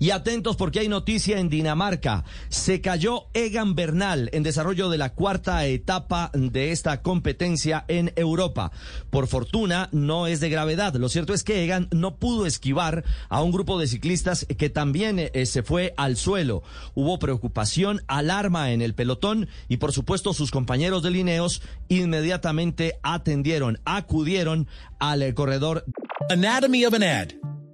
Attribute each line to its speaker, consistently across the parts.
Speaker 1: Y atentos porque hay noticia en Dinamarca. Se cayó Egan Bernal en desarrollo de la cuarta etapa de esta competencia en Europa. Por fortuna, no es de gravedad. Lo cierto es que Egan no pudo esquivar a un grupo de ciclistas que también eh, se fue al suelo. Hubo preocupación, alarma en el pelotón y por supuesto sus compañeros de Lineos inmediatamente atendieron, acudieron al eh, corredor.
Speaker 2: Anatomy of an ad.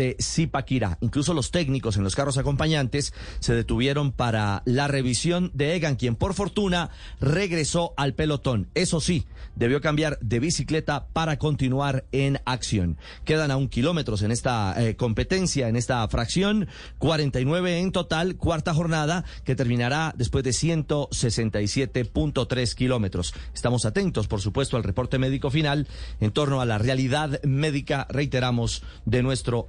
Speaker 1: de Zipaquirá. Incluso los técnicos en los carros acompañantes se detuvieron para la revisión de Egan, quien por fortuna regresó al pelotón. Eso sí, debió cambiar de bicicleta para continuar en acción. Quedan aún kilómetros en esta eh, competencia, en esta fracción, 49 en total, cuarta jornada que terminará después de 167.3 kilómetros. Estamos atentos, por supuesto, al reporte médico final en torno a la realidad médica, reiteramos, de nuestro